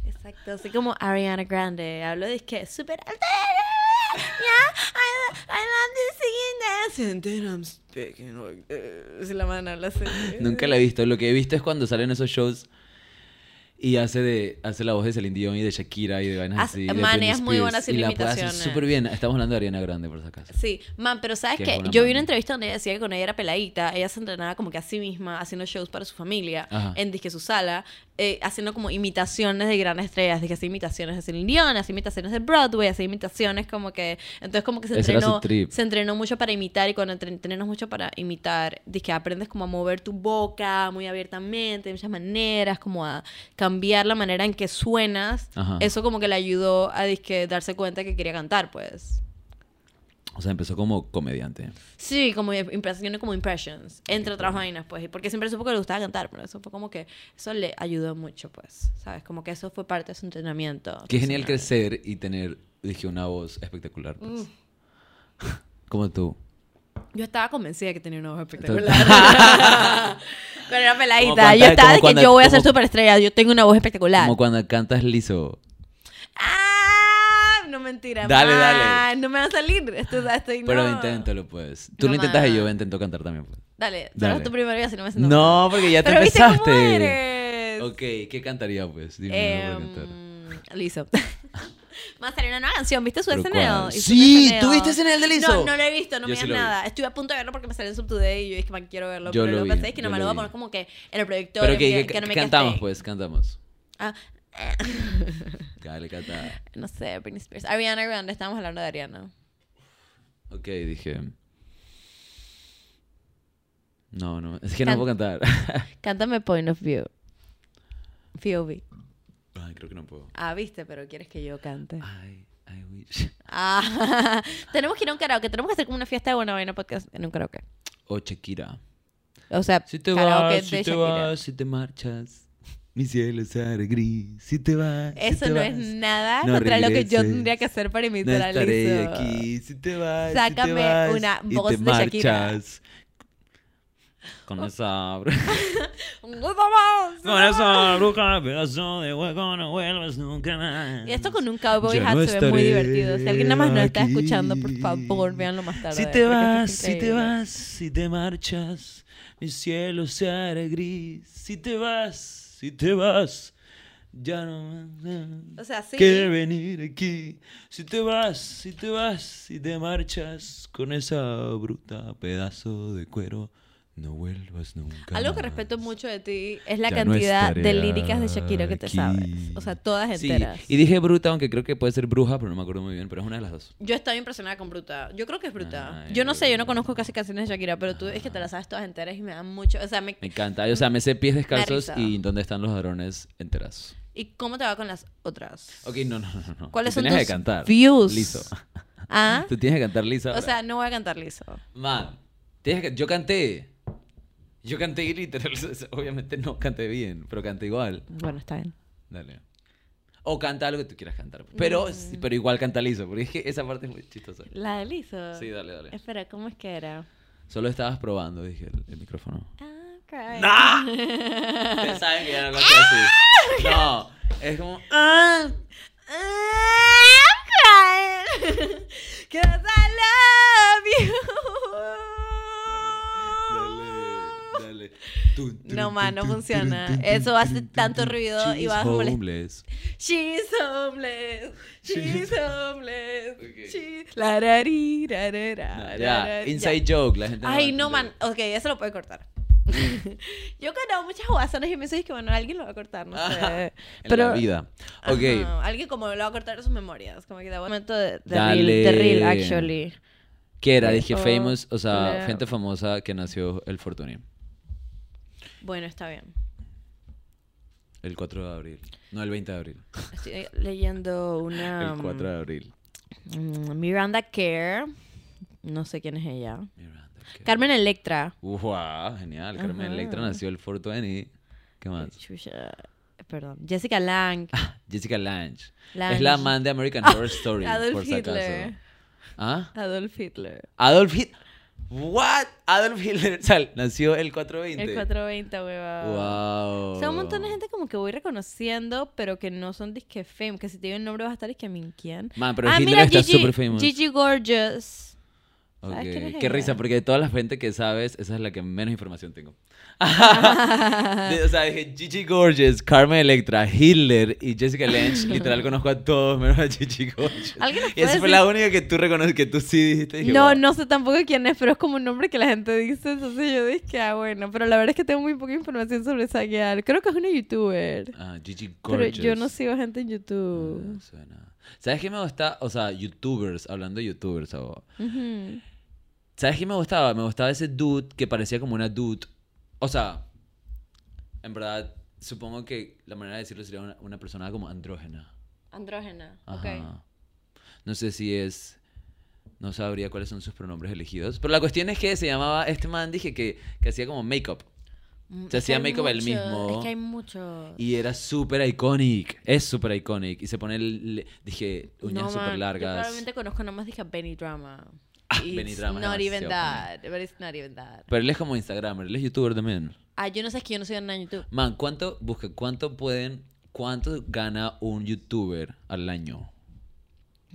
Speaker 1: Exacto, así como Ariana Grande. Hablo de que súper alta. Yeah, I, love singing And then I'm speaking like this. Si la mano habla así.
Speaker 2: Nunca la he visto. Lo que he visto es cuando salen esos shows y hace de hace la voz de Celine Dion y de Shakira y de vainas
Speaker 1: Haz-
Speaker 2: así. de
Speaker 1: man,
Speaker 2: Britney
Speaker 1: ella es muy buena
Speaker 2: Spears,
Speaker 1: haciendo
Speaker 2: Y la puede hacer
Speaker 1: imitaciones.
Speaker 2: súper bien. Estamos hablando de Ariana Grande, por si acaso.
Speaker 1: Sí, man, pero ¿sabes
Speaker 2: Que
Speaker 1: qué?
Speaker 2: es una
Speaker 1: Yo vi
Speaker 2: man.
Speaker 1: una entrevista donde ella decía que cuando ella era peladita, ella se entrenaba como que a sí misma, haciendo shows para su familia,
Speaker 2: Ajá.
Speaker 1: en disque su sala, eh, haciendo como imitaciones de grandes estrellas, de que hacía imitaciones de Celine Dion, hacía imitaciones de Broadway, hacía imitaciones como que... Entonces como que se
Speaker 2: Ese era su
Speaker 1: entrenó,
Speaker 2: trip.
Speaker 1: se entrenó mucho para imitar y cuando te entrenas mucho para imitar, que aprendes como a mover tu boca muy abiertamente, de muchas maneras, como a cambiar la manera en que suenas.
Speaker 2: Ajá.
Speaker 1: Eso como que le ayudó a disque darse cuenta que quería cantar, pues.
Speaker 2: O sea, empezó como comediante.
Speaker 1: Sí, como impresiones, como impressions, entre otras vainas, pues, y porque siempre supo que le gustaba cantar, pero eso fue como que, eso le ayudó mucho, pues, ¿sabes? Como que eso fue parte de su entrenamiento.
Speaker 2: Qué genial
Speaker 1: personal.
Speaker 2: crecer y tener, dije, una voz espectacular.
Speaker 1: Mm.
Speaker 2: pues. Como tú.
Speaker 1: Yo estaba convencida de que tenía una voz espectacular. Pero era
Speaker 2: Como
Speaker 1: peladita.
Speaker 2: cuando-
Speaker 1: Yo estaba
Speaker 2: como
Speaker 1: de que
Speaker 2: cuando-
Speaker 1: yo voy a ser
Speaker 2: como-
Speaker 1: superestrella, yo tengo una voz espectacular.
Speaker 2: Como cuando cantas liso.
Speaker 1: ¡Ah! No mentira.
Speaker 2: Dale,
Speaker 1: man,
Speaker 2: dale.
Speaker 1: No me va a salir. Esto, estoy,
Speaker 2: Pero
Speaker 1: no.
Speaker 2: inténtalo, pues. Tú
Speaker 1: No,
Speaker 2: lo intentas y yo
Speaker 1: man.
Speaker 2: intento cantar también, pues.
Speaker 1: Dale,
Speaker 2: Dale.
Speaker 1: dale. tu primero y así no me siento mal.
Speaker 2: No, porque ya te
Speaker 1: Pero viste cómo
Speaker 2: empezaste.
Speaker 1: eres.
Speaker 2: Ok, ¿qué cantaría, pues? Dime, no voy a cantar.
Speaker 1: Em, Liso. Más salió una nueva canción, ¿viste su
Speaker 2: ¿Pero
Speaker 1: SNL?
Speaker 2: cuál?
Speaker 1: Hizo
Speaker 2: Sí,
Speaker 1: SNL.
Speaker 2: ¿tú viste SNL de Lizzo?
Speaker 1: No, no lo he visto, no
Speaker 2: Yo
Speaker 1: me
Speaker 2: sí
Speaker 1: digas
Speaker 2: lo vi.
Speaker 1: nada. Estuve a punto de verlo porque me salió en Subtoday y yo dije, man, quiero verlo.
Speaker 2: Yo
Speaker 1: pero
Speaker 2: lo
Speaker 1: luego
Speaker 2: vi,
Speaker 1: pensé que
Speaker 2: yo
Speaker 1: no me lo
Speaker 2: lo
Speaker 1: voy a
Speaker 2: vi.
Speaker 1: poner como que en el proyector.
Speaker 2: Pero
Speaker 1: en
Speaker 2: que,
Speaker 1: mi-
Speaker 2: que-
Speaker 1: eh, que no me
Speaker 2: que cantamos,
Speaker 1: casté.
Speaker 2: pues, cantamos.
Speaker 1: Ah,
Speaker 2: Dale, canta.
Speaker 1: no sé, Britney Spears. Ariana Grande, estábamos hablando de Ariana.
Speaker 2: Ok, dije. No, no, es que no
Speaker 1: Can-
Speaker 2: puedo cantar.
Speaker 1: Cántame Point of View. POV.
Speaker 2: Ay, creo que no puedo.
Speaker 1: Ah, viste, pero quieres que yo cante.
Speaker 2: Ay, I wish.
Speaker 1: Ah, tenemos que ir a un karaoke. Tenemos que hacer como una fiesta de buena vaina podcast en un karaoke.
Speaker 2: O Shakira.
Speaker 1: O sea,
Speaker 2: Si te
Speaker 1: karaoke
Speaker 2: vas,
Speaker 1: de
Speaker 2: si te
Speaker 1: Shakira.
Speaker 2: vas, si te marchas. Mi cielo será gris. Si te vas. si
Speaker 1: Eso
Speaker 2: te
Speaker 1: no
Speaker 2: vas,
Speaker 1: es nada
Speaker 2: no
Speaker 1: contra lo que yo
Speaker 2: regreses.
Speaker 1: tendría que hacer para
Speaker 2: No
Speaker 1: imitar a
Speaker 2: estaré
Speaker 1: Lizzo.
Speaker 2: aquí. Si te vas. si
Speaker 1: Sácame
Speaker 2: te vas,
Speaker 1: una
Speaker 2: y
Speaker 1: voz
Speaker 2: te
Speaker 1: de Shakira. Oh.
Speaker 2: marchas. Con esa.
Speaker 1: ¡Nos vamos!
Speaker 2: con esa bruja, pedazo de hueco, no vuelvas nunca más.
Speaker 1: Y esto con un cowboy
Speaker 2: Yo
Speaker 1: hat
Speaker 2: no
Speaker 1: se ve muy
Speaker 2: estaré
Speaker 1: divertido. Si alguien nada más nos está
Speaker 2: aquí.
Speaker 1: escuchando, por favor, véanlo más tarde.
Speaker 2: Si
Speaker 1: porque
Speaker 2: te
Speaker 1: esto es
Speaker 2: vas, si te
Speaker 1: increíble.
Speaker 2: vas, si te marchas, mi cielo se hará gris. Si te vas, si te vas, ya no
Speaker 1: O sea, sí.
Speaker 2: que venir aquí. Si te vas, si te vas, si te marchas con esa bruta pedazo de cuero, No vuelvas nunca.
Speaker 1: Algo que respeto
Speaker 2: más.
Speaker 1: mucho de ti es la
Speaker 2: Ya no
Speaker 1: cantidad de
Speaker 2: estaré
Speaker 1: líricas de Shakira que te
Speaker 2: aquí.
Speaker 1: sabes. O sea, todas
Speaker 2: Sí,
Speaker 1: enteras.
Speaker 2: Y dije bruta, aunque creo que puede ser bruja, pero no me acuerdo muy bien, pero es una de las dos.
Speaker 1: Yo estaba impresionada con Bruta. Yo creo que es Bruta.
Speaker 2: Ay,
Speaker 1: yo no sé, yo no
Speaker 2: Bruta.
Speaker 1: conozco casi canciones de Shakira, pero tú es que te las sabes todas enteras y me dan mucho. O sea, me-
Speaker 2: Me encanta. O sea, me sé pies descalzos
Speaker 1: risa.
Speaker 2: y dónde están los ladrones enteras.
Speaker 1: ¿y cómo te va con las otras?
Speaker 2: Ok, no, no, no. no.
Speaker 1: ¿Cuáles
Speaker 2: Tú
Speaker 1: son
Speaker 2: tienes
Speaker 1: tus
Speaker 2: que cantar.
Speaker 1: views?
Speaker 2: Liso.
Speaker 1: ¿Ah?
Speaker 2: Tú tienes que cantar liso.
Speaker 1: O
Speaker 2: ahora.
Speaker 1: sea, no voy a cantar liso.
Speaker 2: Man, tienes que- yo canté. Yo canté y literal. o sea, Obviamente no canté bien, pero canté igual.
Speaker 1: Bueno, está bien.
Speaker 2: Dale. O canta algo que tú quieras cantar. Pero,
Speaker 1: Mm.
Speaker 2: sí, pero igual canta liso, porque es que esa parte es muy chistosa.
Speaker 1: La de liso.
Speaker 2: Sí, dale, dale.
Speaker 1: Espera, ¿cómo es que era?
Speaker 2: Solo estabas probando, dije, el, el micrófono. Ah,
Speaker 1: I'm crying.
Speaker 2: Ustedes saben que ya no lo quiero así. No, es como.
Speaker 1: Ah, ah, I'm crying. 'Cause I love you.
Speaker 2: Dale, dale.
Speaker 1: Ah. No, man, no funciona. Eso hace tanto ruido y va a molest-
Speaker 2: homeless.
Speaker 1: She's homeless. She's homeless.
Speaker 2: Ok.
Speaker 1: She's... La, ra, ri, ra, ra, ra,
Speaker 2: No,
Speaker 1: ra,
Speaker 2: ya,
Speaker 1: ra,
Speaker 2: inside
Speaker 1: ya.
Speaker 2: joke. La gente va a
Speaker 1: Ay, no, man.
Speaker 2: entender.
Speaker 1: Ok, eso lo puede cortar. Yo he ganado muchas guasones y me dices que, bueno, alguien lo va a cortar, no
Speaker 2: Ajá,
Speaker 1: sé.
Speaker 2: En la vida. Ok.
Speaker 1: Ajá, alguien como lo va a cortar de sus memorias. Como que da un momento de, de
Speaker 2: Dale.
Speaker 1: real, de real, actually.
Speaker 2: ¿Qué era? Dije
Speaker 1: Oh,
Speaker 2: famous, o sea,
Speaker 1: claro.
Speaker 2: gente famosa que nació el Fortuny,
Speaker 1: Bueno, está bien.
Speaker 2: el 4 de abril. No, el 20 de abril.
Speaker 1: Estoy leyendo una.
Speaker 2: el 4 de abril.
Speaker 1: mm, Miranda Kerr. No sé quién es ella.
Speaker 2: Miranda, ok.
Speaker 1: Carmen Electra.
Speaker 2: Guau, genial. Carmen
Speaker 1: Ajá.
Speaker 2: Electra nació el 420. ¿Qué más? Ah,
Speaker 1: Chucha, Perdón. Jessica Lang.
Speaker 2: Jessica Lange.
Speaker 1: Lange.
Speaker 2: Es la man de American Horror Story,
Speaker 1: Adolf
Speaker 2: por si acaso.
Speaker 1: Hitler.
Speaker 2: ¿Ah?
Speaker 1: Adolf Hitler.
Speaker 2: Adolf Hitler. What? Adolf Hitler. O sea, nació el 420.
Speaker 1: El 420, hueva.
Speaker 2: Wow.
Speaker 1: O sea, un montón de gente como que voy reconociendo, pero que no son disque fame. Que si te digo el nombre vas a estar disque min quién.
Speaker 2: Man, pero Hitler está súper famous.
Speaker 1: Gigi Gorgeous.
Speaker 2: Ok,
Speaker 1: ¿Sabes quién es
Speaker 2: Qué
Speaker 1: ella?
Speaker 2: risa, porque de toda la gente que sabes, esa es la que menos información tengo. De- o sea, dije Gigi Gorgeous, Carmen Electra, Hitler y Jessica Lange. Literal conozco a todos menos a Gigi Gorgeous.
Speaker 1: ¿Alguien nos
Speaker 2: Y esa
Speaker 1: puede
Speaker 2: fue la única que tú reconoces, que tú sí dijiste. dije,
Speaker 1: No,
Speaker 2: wow.
Speaker 1: no sé tampoco quién es, pero es como un nombre que la gente dice. Entonces yo dije, ah, bueno. Pero la verdad es que tengo muy poca información sobre esa guial. Creo que es una youtuber.
Speaker 2: Ah, Gigi
Speaker 1: Pero
Speaker 2: Gorgeous.
Speaker 1: yo no sigo gente en
Speaker 2: Ah,
Speaker 1: YouTube.
Speaker 2: suena. ¿Sabes qué me gusta? O sea, youtubers, hablando de youtubers, abogado.
Speaker 1: Ah. Ujú.
Speaker 2: ¿Sabes qué me gustaba? Me gustaba ese dude que parecía como una dude. O sea, en verdad, supongo que la manera de decirlo sería una, una persona como andrógena.
Speaker 1: Andrógena. Ok.
Speaker 2: Ajá. No sé si es. No sabría cuáles son sus pronombres elegidos. Pero la cuestión es que se llamaba este man, dije que, que hacía como make-up.
Speaker 1: Mm,
Speaker 2: Se
Speaker 1: es
Speaker 2: hacía
Speaker 1: que hay
Speaker 2: make-up él
Speaker 1: muchos,
Speaker 2: mismo.
Speaker 1: Es que hay muchos.
Speaker 2: Y era súper iconic. Es súper iconic. Y se pone, el- le- dije, uñas
Speaker 1: No,
Speaker 2: súper
Speaker 1: man, Yo
Speaker 2: largas.
Speaker 1: probablemente conozco nomás dije Benny Drama.
Speaker 2: Ah,
Speaker 1: It's
Speaker 2: Benny Drama es
Speaker 1: Not even
Speaker 2: demasiado
Speaker 1: that. But it's not even that.
Speaker 2: Pero él es como Instagramer, él es youtuber también.
Speaker 1: Ah, yo no sé, es que yo no soy nada en YouTube.
Speaker 2: Man, ¿cuánto, busca, cuánto pueden, cuánto gana un youtuber al año?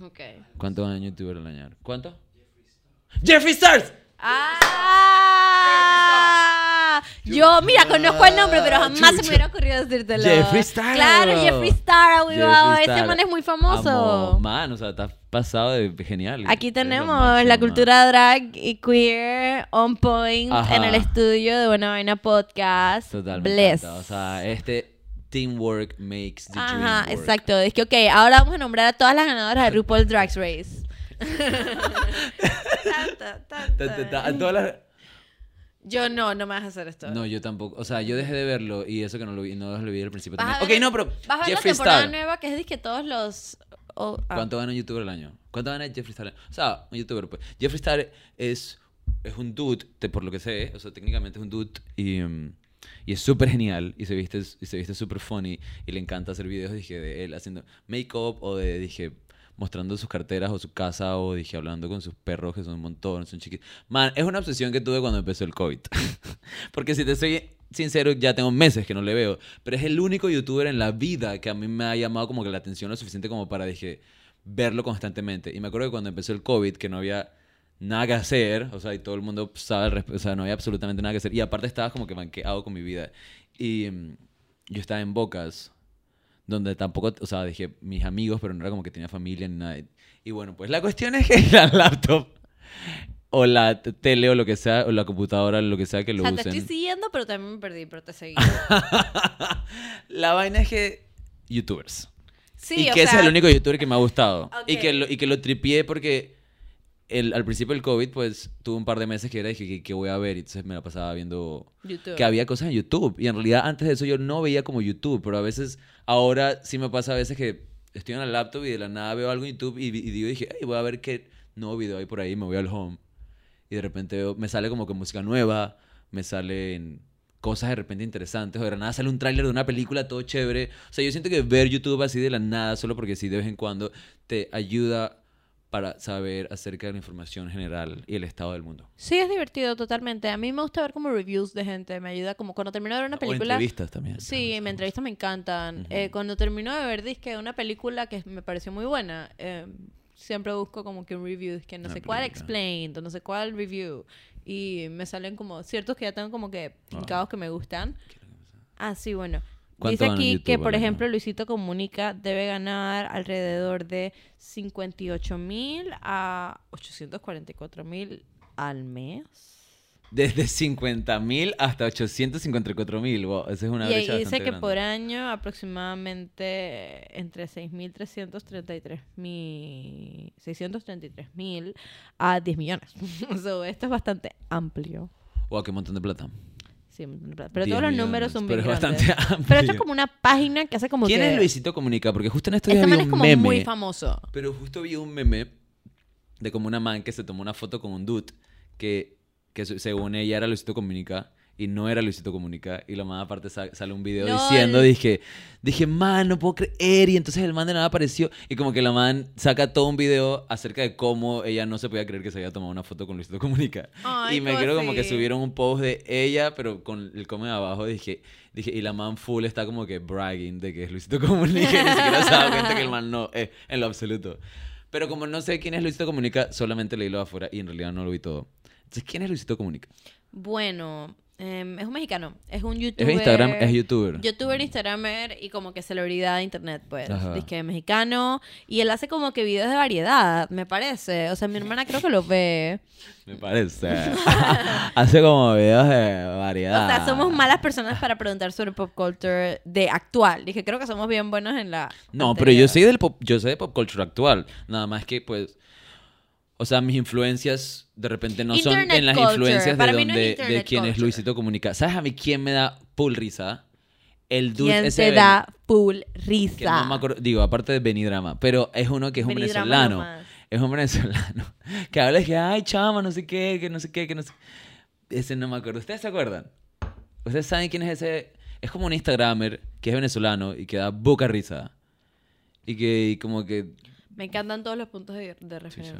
Speaker 1: Ok.
Speaker 2: ¿Cuánto gana un youtuber al año? ¿Cuánto? Jeffree Stars.
Speaker 1: ¡Ah! Yo, mira, conozco el nombre, pero jamás se me hubiera ocurrido decírtelo.
Speaker 2: Jeffree Star.
Speaker 1: Claro, Jeffree Star,
Speaker 2: Jeffree
Speaker 1: wow, Ese
Speaker 2: Star.
Speaker 1: este man es muy famoso.
Speaker 2: Amo. Man, o sea, estás pasado de genial.
Speaker 1: Aquí
Speaker 2: Es lo
Speaker 1: tenemos
Speaker 2: máximo,
Speaker 1: la
Speaker 2: man.
Speaker 1: cultura drag y queer on point
Speaker 2: Ajá.
Speaker 1: en el estudio de Buena Vaina Podcast.
Speaker 2: Total, me
Speaker 1: Bless.
Speaker 2: encanta. O sea, este teamwork makes the dream
Speaker 1: Ajá,
Speaker 2: work.
Speaker 1: exacto. Es que, ok, ahora vamos a nombrar a todas las ganadoras de RuPaul's Drag Race. Tanto, tanto.
Speaker 2: Ta, ta, ta, a todas las-
Speaker 1: Yo no, no me vas a hacer esto.
Speaker 2: No, yo tampoco. O sea, yo dejé de verlo y eso que no lo vi, no lo vi al principio.
Speaker 1: Vas a
Speaker 2: también.
Speaker 1: ver-
Speaker 2: Ok, no, pero
Speaker 1: Vas a ver
Speaker 2: Jeffree
Speaker 1: la temporada
Speaker 2: Star.
Speaker 1: nueva que es que todos los... oh, ah.
Speaker 2: ¿Cuánto gana un youtuber al año? ¿Cuánto gana Jeffree Star? O sea, un youtuber, pues. Jeffree Star es, es un dude, te- por lo que sé, o sea, técnicamente es un dude y, mm, y es súper genial y se viste y se viste súper funny y le encanta hacer videos, dije, de él haciendo make-up o de, dije, mostrando sus carteras o su casa o, dije, hablando con sus perros que son un montón, son chiquitos. Man, es una obsesión que tuve cuando empezó el COVID. Porque si te soy sincero, ya tengo meses que no le veo. Pero es el único youtuber en la vida que a mí me ha llamado como que la atención lo suficiente como para, dije, verlo constantemente. Y me acuerdo que cuando empezó el COVID, que no había nada que hacer, o sea, y todo el mundo sabe, al resp- o sea, no había absolutamente nada que hacer. Y aparte estaba como que banqueado con mi vida. Y mm, yo estaba en Bocas, donde tampoco, o sea, dije mis amigos, pero no era como que tenía familia ni nada. Y bueno, pues la cuestión es que la laptop o la t- tele o lo que sea, o la computadora, lo que sea que
Speaker 1: O
Speaker 2: lo
Speaker 1: sea, te
Speaker 2: usen.
Speaker 1: estoy siguiendo, pero también me perdí, pero te seguí.
Speaker 2: La vaina es que... Youtubers.
Speaker 1: Sí,
Speaker 2: y
Speaker 1: o
Speaker 2: que ese
Speaker 1: sea,
Speaker 2: es el único youtuber que me ha gustado. Y,
Speaker 1: Ok.
Speaker 2: que lo, y que lo tripié porque el- al principio del COVID, pues, tuve un par de meses que era, dije, ¿qué, qué voy a ver? Y entonces me la pasaba viendo...
Speaker 1: YouTube.
Speaker 2: Que había cosas en YouTube. Y en realidad antes de eso yo no veía como YouTube, pero a veces, ahora sí me pasa a veces que estoy en la laptop y de la nada veo algo en YouTube y, vi- y digo, dije, "Ey, voy a ver qué nuevo video hay por ahí, me voy al home. Y de repente veo- me sale como que música nueva, me salen cosas de repente interesantes, o de la nada sale un tráiler de una película, todo chévere. O sea, yo siento que ver YouTube así de la nada, solo porque sí de vez en cuando, te ayuda para saber acerca de la información general y el estado del mundo.
Speaker 1: Sí, es divertido totalmente. A mí me gusta ver como reviews de gente. Me ayuda como cuando termino de ver una
Speaker 2: O
Speaker 1: película.
Speaker 2: entrevistas también.
Speaker 1: Sí, me entrevistas me encantan.
Speaker 2: Ujú.
Speaker 1: Eh, cuando termino de ver disque una película que me pareció muy buena, eh, siempre busco como que un review, que no
Speaker 2: Una
Speaker 1: sé cuál
Speaker 2: película.
Speaker 1: explained, o no sé cuál review. Y me salen como ciertos que ya tengo como que
Speaker 2: Wow.
Speaker 1: pincados que me gustan. Ah, sí, bueno.
Speaker 2: ¿Cuánto
Speaker 1: Dice
Speaker 2: gana en
Speaker 1: aquí
Speaker 2: YouTube,
Speaker 1: que, por
Speaker 2: Valeria?
Speaker 1: ejemplo, Luisito Comunica debe ganar alrededor de 58 mil a 844 mil al mes.
Speaker 2: Desde 50.000 hasta 854.000. Wow, esa es una
Speaker 1: y ahí
Speaker 2: brecha
Speaker 1: dice
Speaker 2: bastante
Speaker 1: que
Speaker 2: grande.
Speaker 1: por año aproximadamente entre 6.333.000 633.000 a 10 millones. So, esto es bastante amplio.
Speaker 2: Wow, qué montón de plata.
Speaker 1: Sí, un montón de plata. pero
Speaker 2: 10
Speaker 1: todos los
Speaker 2: millones,
Speaker 1: números son bien
Speaker 2: pero es
Speaker 1: grandes.
Speaker 2: bastante amplio.
Speaker 1: Pero esto es como una página que hace como
Speaker 2: ¿Quién
Speaker 1: que...
Speaker 2: es Luisito Comunica? Porque justo en estos días
Speaker 1: Este
Speaker 2: vi
Speaker 1: man es
Speaker 2: un
Speaker 1: como
Speaker 2: meme.
Speaker 1: muy famoso.
Speaker 2: Pero justo vi un meme de como una man que se tomó una foto con un dude que, que se- según ella era Luisito Comunica y no era Luisito Comunica. Y la man aparte sa- sale un video
Speaker 1: Lol.
Speaker 2: diciendo, dije, dije, man, no puedo creer. Y entonces el man de nada apareció. Y como que la man saca todo un video acerca de cómo ella no se podía creer que se había tomado una foto con Luisito Comunica.
Speaker 1: Ay,
Speaker 2: y me creo como que
Speaker 1: cosi.
Speaker 2: subieron un post de ella, pero con el come abajo dije, dije, y la man full está como que bragging de que es Luisito Comunica, y ni siquiera se da cuenta que el man no es en lo absoluto. Pero como no sé quién es Luisito Comunica, solamente leí lo de afuera y en realidad no lo vi todo. Entonces, ¿quién es Luisito Comunica?
Speaker 1: Bueno, em, es un mexicano. Es un
Speaker 2: Es
Speaker 1: youtuber.
Speaker 2: de Instagram, es youtuber.
Speaker 1: Youtuber, Instagramer y como que celebridad de internet, pues.
Speaker 2: Ajá.
Speaker 1: Disque mexicano. Y él hace como que videos de variedad, me parece. O sea, mi hermana creo que lo ve.
Speaker 2: Me parece. Hace como videos de variedad.
Speaker 1: O sea, somos malas personas para preguntar sobre pop culture de actual. Dije, creo que somos bien buenos en la.
Speaker 2: No, pero yo
Speaker 1: anterior.
Speaker 2: soy del pop, yo sé de pop culture actual. Nada más que pues o sea, mis influencias de repente no son
Speaker 1: Internet
Speaker 2: en las
Speaker 1: culture.
Speaker 2: influencias de
Speaker 1: Para mí no es
Speaker 2: donde de
Speaker 1: internet
Speaker 2: quién es
Speaker 1: culture.
Speaker 2: Luisito Comunica. ¿Sabes a mí quién me da full risa? El dude
Speaker 1: ¿Quién
Speaker 2: ese
Speaker 1: te
Speaker 2: del-
Speaker 1: da full
Speaker 2: que
Speaker 1: risa?
Speaker 2: no me acuerdo, digo, aparte de Benidrama, pero es uno que es un
Speaker 1: Benidrama
Speaker 2: venezolano.
Speaker 1: nomás.
Speaker 2: Es un venezolano que habla de que ay, chama, no sé qué, que no sé qué, que no sé. Ese no me acuerdo. ¿Ustedes se acuerdan? ¿Ustedes saben quién es ese? Es como un instagramer que es venezolano y que da boca risa. Y que y como que
Speaker 1: Me encantan todos los puntos de, de referencia.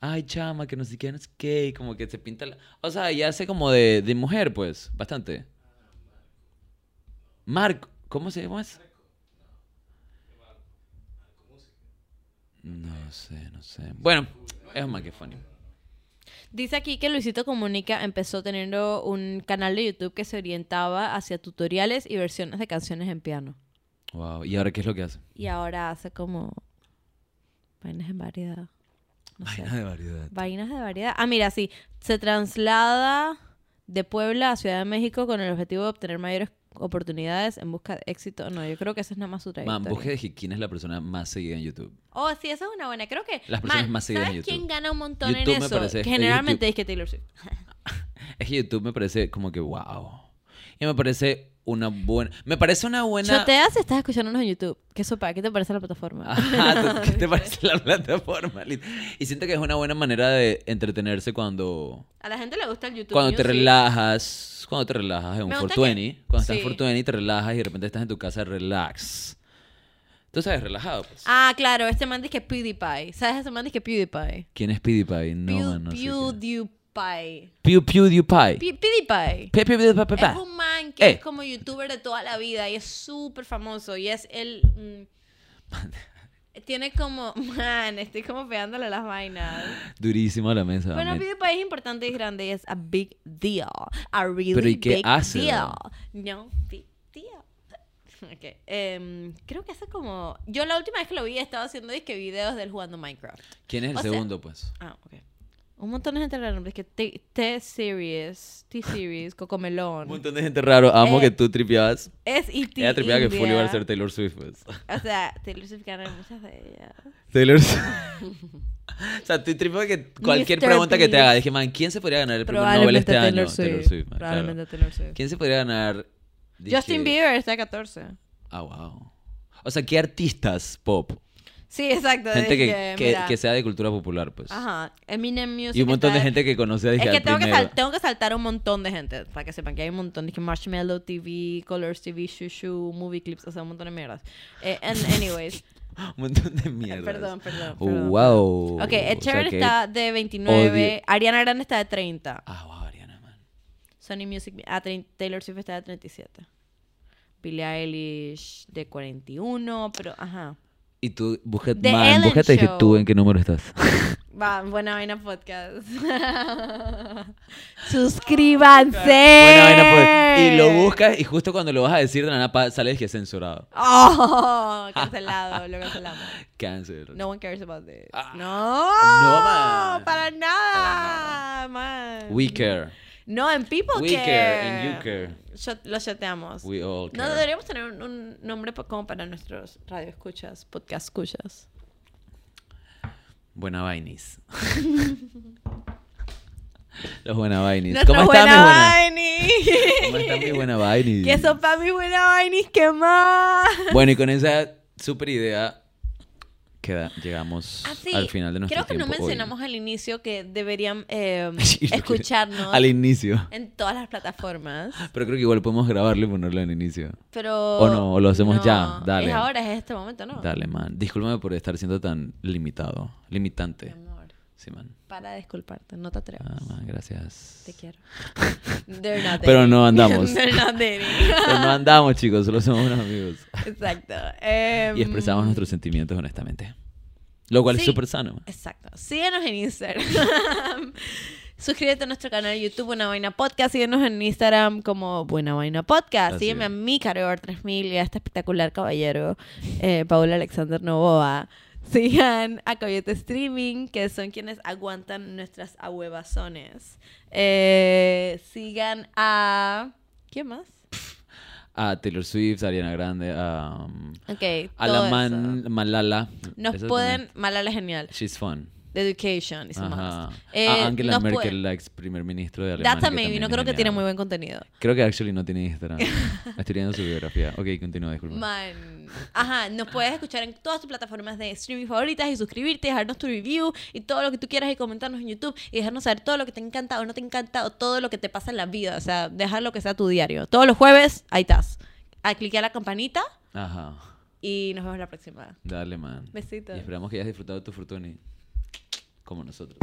Speaker 2: ay, chama, que no sé qué, no sé qué, y como que se pinta la... O sea, y hace como de, de mujer, pues, bastante. Marco, ¿cómo se llama eso? No sé, no sé. Bueno, es más que funny.
Speaker 1: Dice aquí que Luisito Comunica empezó teniendo un canal de YouTube que se orientaba hacia tutoriales y versiones de canciones en piano.
Speaker 2: Wow, ¿y ahora qué es lo que hace?
Speaker 1: Y ahora hace como vainas en variedad. No sé.
Speaker 2: de variedad.
Speaker 1: Vainas de variedad. Ah, mira, sí. Se traslada de Puebla a Ciudad de México con el objetivo de obtener mayores oportunidades en busca de éxito. No, yo creo que esa es nada más su trayectoria.
Speaker 2: Man, busque de que quién es la persona más seguida en YouTube.
Speaker 1: Oh, sí, esa es una buena. Creo que.
Speaker 2: Las personas
Speaker 1: man,
Speaker 2: más seguidas en
Speaker 1: ¿sabes
Speaker 2: YouTube.
Speaker 1: quién gana un montón
Speaker 2: YouTube
Speaker 1: en
Speaker 2: me
Speaker 1: eso?
Speaker 2: parece- es
Speaker 1: Generalmente
Speaker 2: YouTube.
Speaker 1: es que Taylor Swift.
Speaker 2: Es que YouTube me parece como que wow. Y me parece una buena... Me parece una buena...
Speaker 1: Chotea si estás escuchándonos en YouTube. ¿Qué sopa? ¿Qué te parece la plataforma?
Speaker 2: Ah. Ajá, ¿qué te parece la plataforma? Lit? Y siento que es una buena manera de entretenerse cuando,
Speaker 1: A la gente le gusta el YouTube.
Speaker 2: cuando te
Speaker 1: Music.
Speaker 2: relajas, cuando te relajas en un
Speaker 1: Me gusta
Speaker 2: 420, cuando estás en
Speaker 1: sí.
Speaker 2: 420 te relajas y de repente estás en tu casa, relax. Tú sabes, relajado. pues.
Speaker 1: Ah, claro, este man dice que PewDiePie. ¿Sabes ese man dice que PewDiePie?
Speaker 2: ¿Quién es PewDiePie? No,
Speaker 1: Pew-
Speaker 2: man, no sé quién es.
Speaker 1: PewDiePie.
Speaker 2: Pew, PewDiePie.
Speaker 1: Pe- PewDiePie.
Speaker 2: Pe- pe- pe- pe- pe- pe.
Speaker 1: Es un man que
Speaker 2: Eh.
Speaker 1: es como youtuber de toda la vida y es súper famoso y es el... mm, tiene como... Man, estoy como pegándole las vainas.
Speaker 2: Durísimo a la mesa.
Speaker 1: Bueno,
Speaker 2: man.
Speaker 1: PewDiePie es importante y es grande y es a big deal. A really
Speaker 2: Pero, ¿y qué
Speaker 1: big
Speaker 2: hace,
Speaker 1: deal. No, big deal. Ok, em, creo que hace como... Yo la última vez que lo vi estaba haciendo disque videos del jugando Minecraft.
Speaker 2: ¿Quién es el
Speaker 1: o sea-
Speaker 2: segundo, pues?
Speaker 1: Ah, ok. Un montón de gente rara, hombre, es que T- T-Series, T-Series,
Speaker 2: Un
Speaker 1: Cocomelón.
Speaker 2: montón de gente raro. Amo
Speaker 1: Eh,
Speaker 2: que tú tripeabas.
Speaker 1: Es E.T.
Speaker 2: Ella tripeaba que Fully iba a
Speaker 1: India.
Speaker 2: ser Taylor Swift, pues.
Speaker 1: O sea, Taylor Swift ganó muchas de ellas.
Speaker 2: Taylor Swift. O sea, tú tripeabas que cualquier
Speaker 1: Mr.
Speaker 2: pregunta que te
Speaker 1: Beast.
Speaker 2: haga, dije, man, ¿quién se podría ganar el premio Nobel
Speaker 1: Probablemente
Speaker 2: este año?
Speaker 1: Taylor Swift.
Speaker 2: man, claro.
Speaker 1: Probablemente Taylor Swift.
Speaker 2: ¿Quién se podría ganar? Dije,
Speaker 1: Justin Bieber está a 14.
Speaker 2: Ah, wow. O sea, ¿qué artistas pop?
Speaker 1: Sí, exacto.
Speaker 2: Gente que,
Speaker 1: dije,
Speaker 2: que,
Speaker 1: mira.
Speaker 2: que sea de cultura popular, pues.
Speaker 1: Ajá. Eminem Music.
Speaker 2: Y un montón de
Speaker 1: está-
Speaker 2: gente que conoce dije,
Speaker 1: Es que
Speaker 2: al
Speaker 1: tengo que,
Speaker 2: primero.
Speaker 1: sal- tengo que saltar un montón de gente para que sepan que hay un montón. Dije Marshmallow TV, Colors TV, Shushu, Movie Clips, o sea, un montón de mierdas. Eh, and anyways,
Speaker 2: Un montón de
Speaker 1: eh,
Speaker 2: mierda.
Speaker 1: perdón, perdón.
Speaker 2: Oh,
Speaker 1: perdón.
Speaker 2: wow.
Speaker 1: Ok, Ed
Speaker 2: O sea
Speaker 1: Sheeran
Speaker 2: que-
Speaker 1: está de 29, Ariana Grande está de 30,
Speaker 2: Ah, wow, Ariana, man.
Speaker 1: Sony Music, ah, trein- Taylor Swift está de 37, Billie Eilish de 41, pero ajá.
Speaker 2: Y tú, búscate,
Speaker 1: The
Speaker 2: man,
Speaker 1: Ellen
Speaker 2: búscate dije
Speaker 1: Show.
Speaker 2: tú en qué número estás.
Speaker 1: Va, buena vaina podcast. Suscríbanse. Buena
Speaker 2: Bueno, bueno, pues, y lo buscas y justo cuando lo vas a decir de la nada pa- sale que censurado.
Speaker 1: Oh, cancelado, lo cancelamos.
Speaker 2: Cáncer.
Speaker 1: No one cares about this.
Speaker 2: Ah,
Speaker 1: no,
Speaker 2: no, man.
Speaker 1: para nada,
Speaker 2: Para
Speaker 1: man.
Speaker 2: We care.
Speaker 1: No, en people
Speaker 2: We
Speaker 1: care.
Speaker 2: care and you care.
Speaker 1: Shot- los chateamos.
Speaker 2: We all
Speaker 1: no
Speaker 2: care.
Speaker 1: deberíamos tener un, un nombre pa- como para nuestros radioescuchas, podcast escuchas.
Speaker 2: Buena vainis. Los buena vainis.
Speaker 1: Nuestra
Speaker 2: ¿Cómo están mis
Speaker 1: buena
Speaker 2: buena?
Speaker 1: Vainis.
Speaker 2: ¿Cómo están mis buena vainis?
Speaker 1: Que sopa mi buena Vainis, que más.
Speaker 2: Bueno, y con esa super idea queda, llegamos
Speaker 1: Ah, sí.
Speaker 2: al final de nuestro
Speaker 1: Creo que no
Speaker 2: tiempo hoy.
Speaker 1: mencionamos al inicio que deberían eh,
Speaker 2: Sí, lo que-
Speaker 1: escucharnos
Speaker 2: Al inicio.
Speaker 1: en todas las plataformas.
Speaker 2: Pero creo que igual podemos grabarlo y ponerlo en inicio.
Speaker 1: Pero.
Speaker 2: O no, o lo hacemos ya, dale.
Speaker 1: Es ahora, es este momento, ¿no?
Speaker 2: Dale, man. Discúlpame por estar siendo tan limitado.
Speaker 1: Mi
Speaker 2: Limitante.
Speaker 1: amor,
Speaker 2: Sí, man.
Speaker 1: para de disculparte, no te atrevas.
Speaker 2: Ah, man, gracias.
Speaker 1: Te quiero. They're not
Speaker 2: Pero no
Speaker 1: dating.
Speaker 2: andamos.
Speaker 1: They're not dating.
Speaker 2: Pero no andamos, chicos, solo somos unos amigos.
Speaker 1: Exacto. Em,
Speaker 2: Y expresamos nuestros sentimientos honestamente. Lo cual es
Speaker 1: Sí.
Speaker 2: súper sano. man.
Speaker 1: Exacto. Síguenos en Instagram. Suscríbete a nuestro canal de YouTube Buena Vaina Podcast. Síguenos en Instagram como Buena Vaina Podcast.
Speaker 2: Así
Speaker 1: Sígueme
Speaker 2: es.
Speaker 1: a mi Carreor 3000 y a este espectacular caballero, eh, Paula Alexander Novoa. Sigan a Coyote Streaming, que son quienes aguantan nuestras ahuevazones. Eh, sigan a... ¿Quién más?
Speaker 2: A Taylor Swift, a Ariana Grande, a, um,
Speaker 1: Ok,
Speaker 2: a
Speaker 1: todo
Speaker 2: la man-
Speaker 1: eso.
Speaker 2: Malala.
Speaker 1: Nos
Speaker 2: Esa
Speaker 1: pueden...
Speaker 2: también.
Speaker 1: Malala es genial.
Speaker 2: She's fun.
Speaker 1: The Education is a must.
Speaker 2: Ajá.
Speaker 1: Eh,
Speaker 2: a Angela
Speaker 1: nos
Speaker 2: Merkel,
Speaker 1: pueden-
Speaker 2: la ex primer ministro de Alemania.
Speaker 1: That's a
Speaker 2: que
Speaker 1: maybe.
Speaker 2: también
Speaker 1: No
Speaker 2: es
Speaker 1: creo que tiene
Speaker 2: genial.
Speaker 1: muy buen contenido.
Speaker 2: Creo que actually no tiene Instagram. Estoy leyendo su biografía. Ok, continúa, disculpa.
Speaker 1: Man. Ajá, nos puedes escuchar en todas tus plataformas de streaming favoritas y suscribirte, dejarnos tu review y todo lo que tú quieras y comentarnos en YouTube y dejarnos saber todo lo que te encanta o no te encanta o todo lo que te pasa en la vida. O sea, dejar lo que sea tu diario. Todos los jueves, ahí estás. A cliquear la campanita
Speaker 2: Ajá.
Speaker 1: y nos vemos la próxima.
Speaker 2: Dale, man.
Speaker 1: Besitos.
Speaker 2: Y esperamos que hayas disfrutado de tu frutoni. Como nosotros.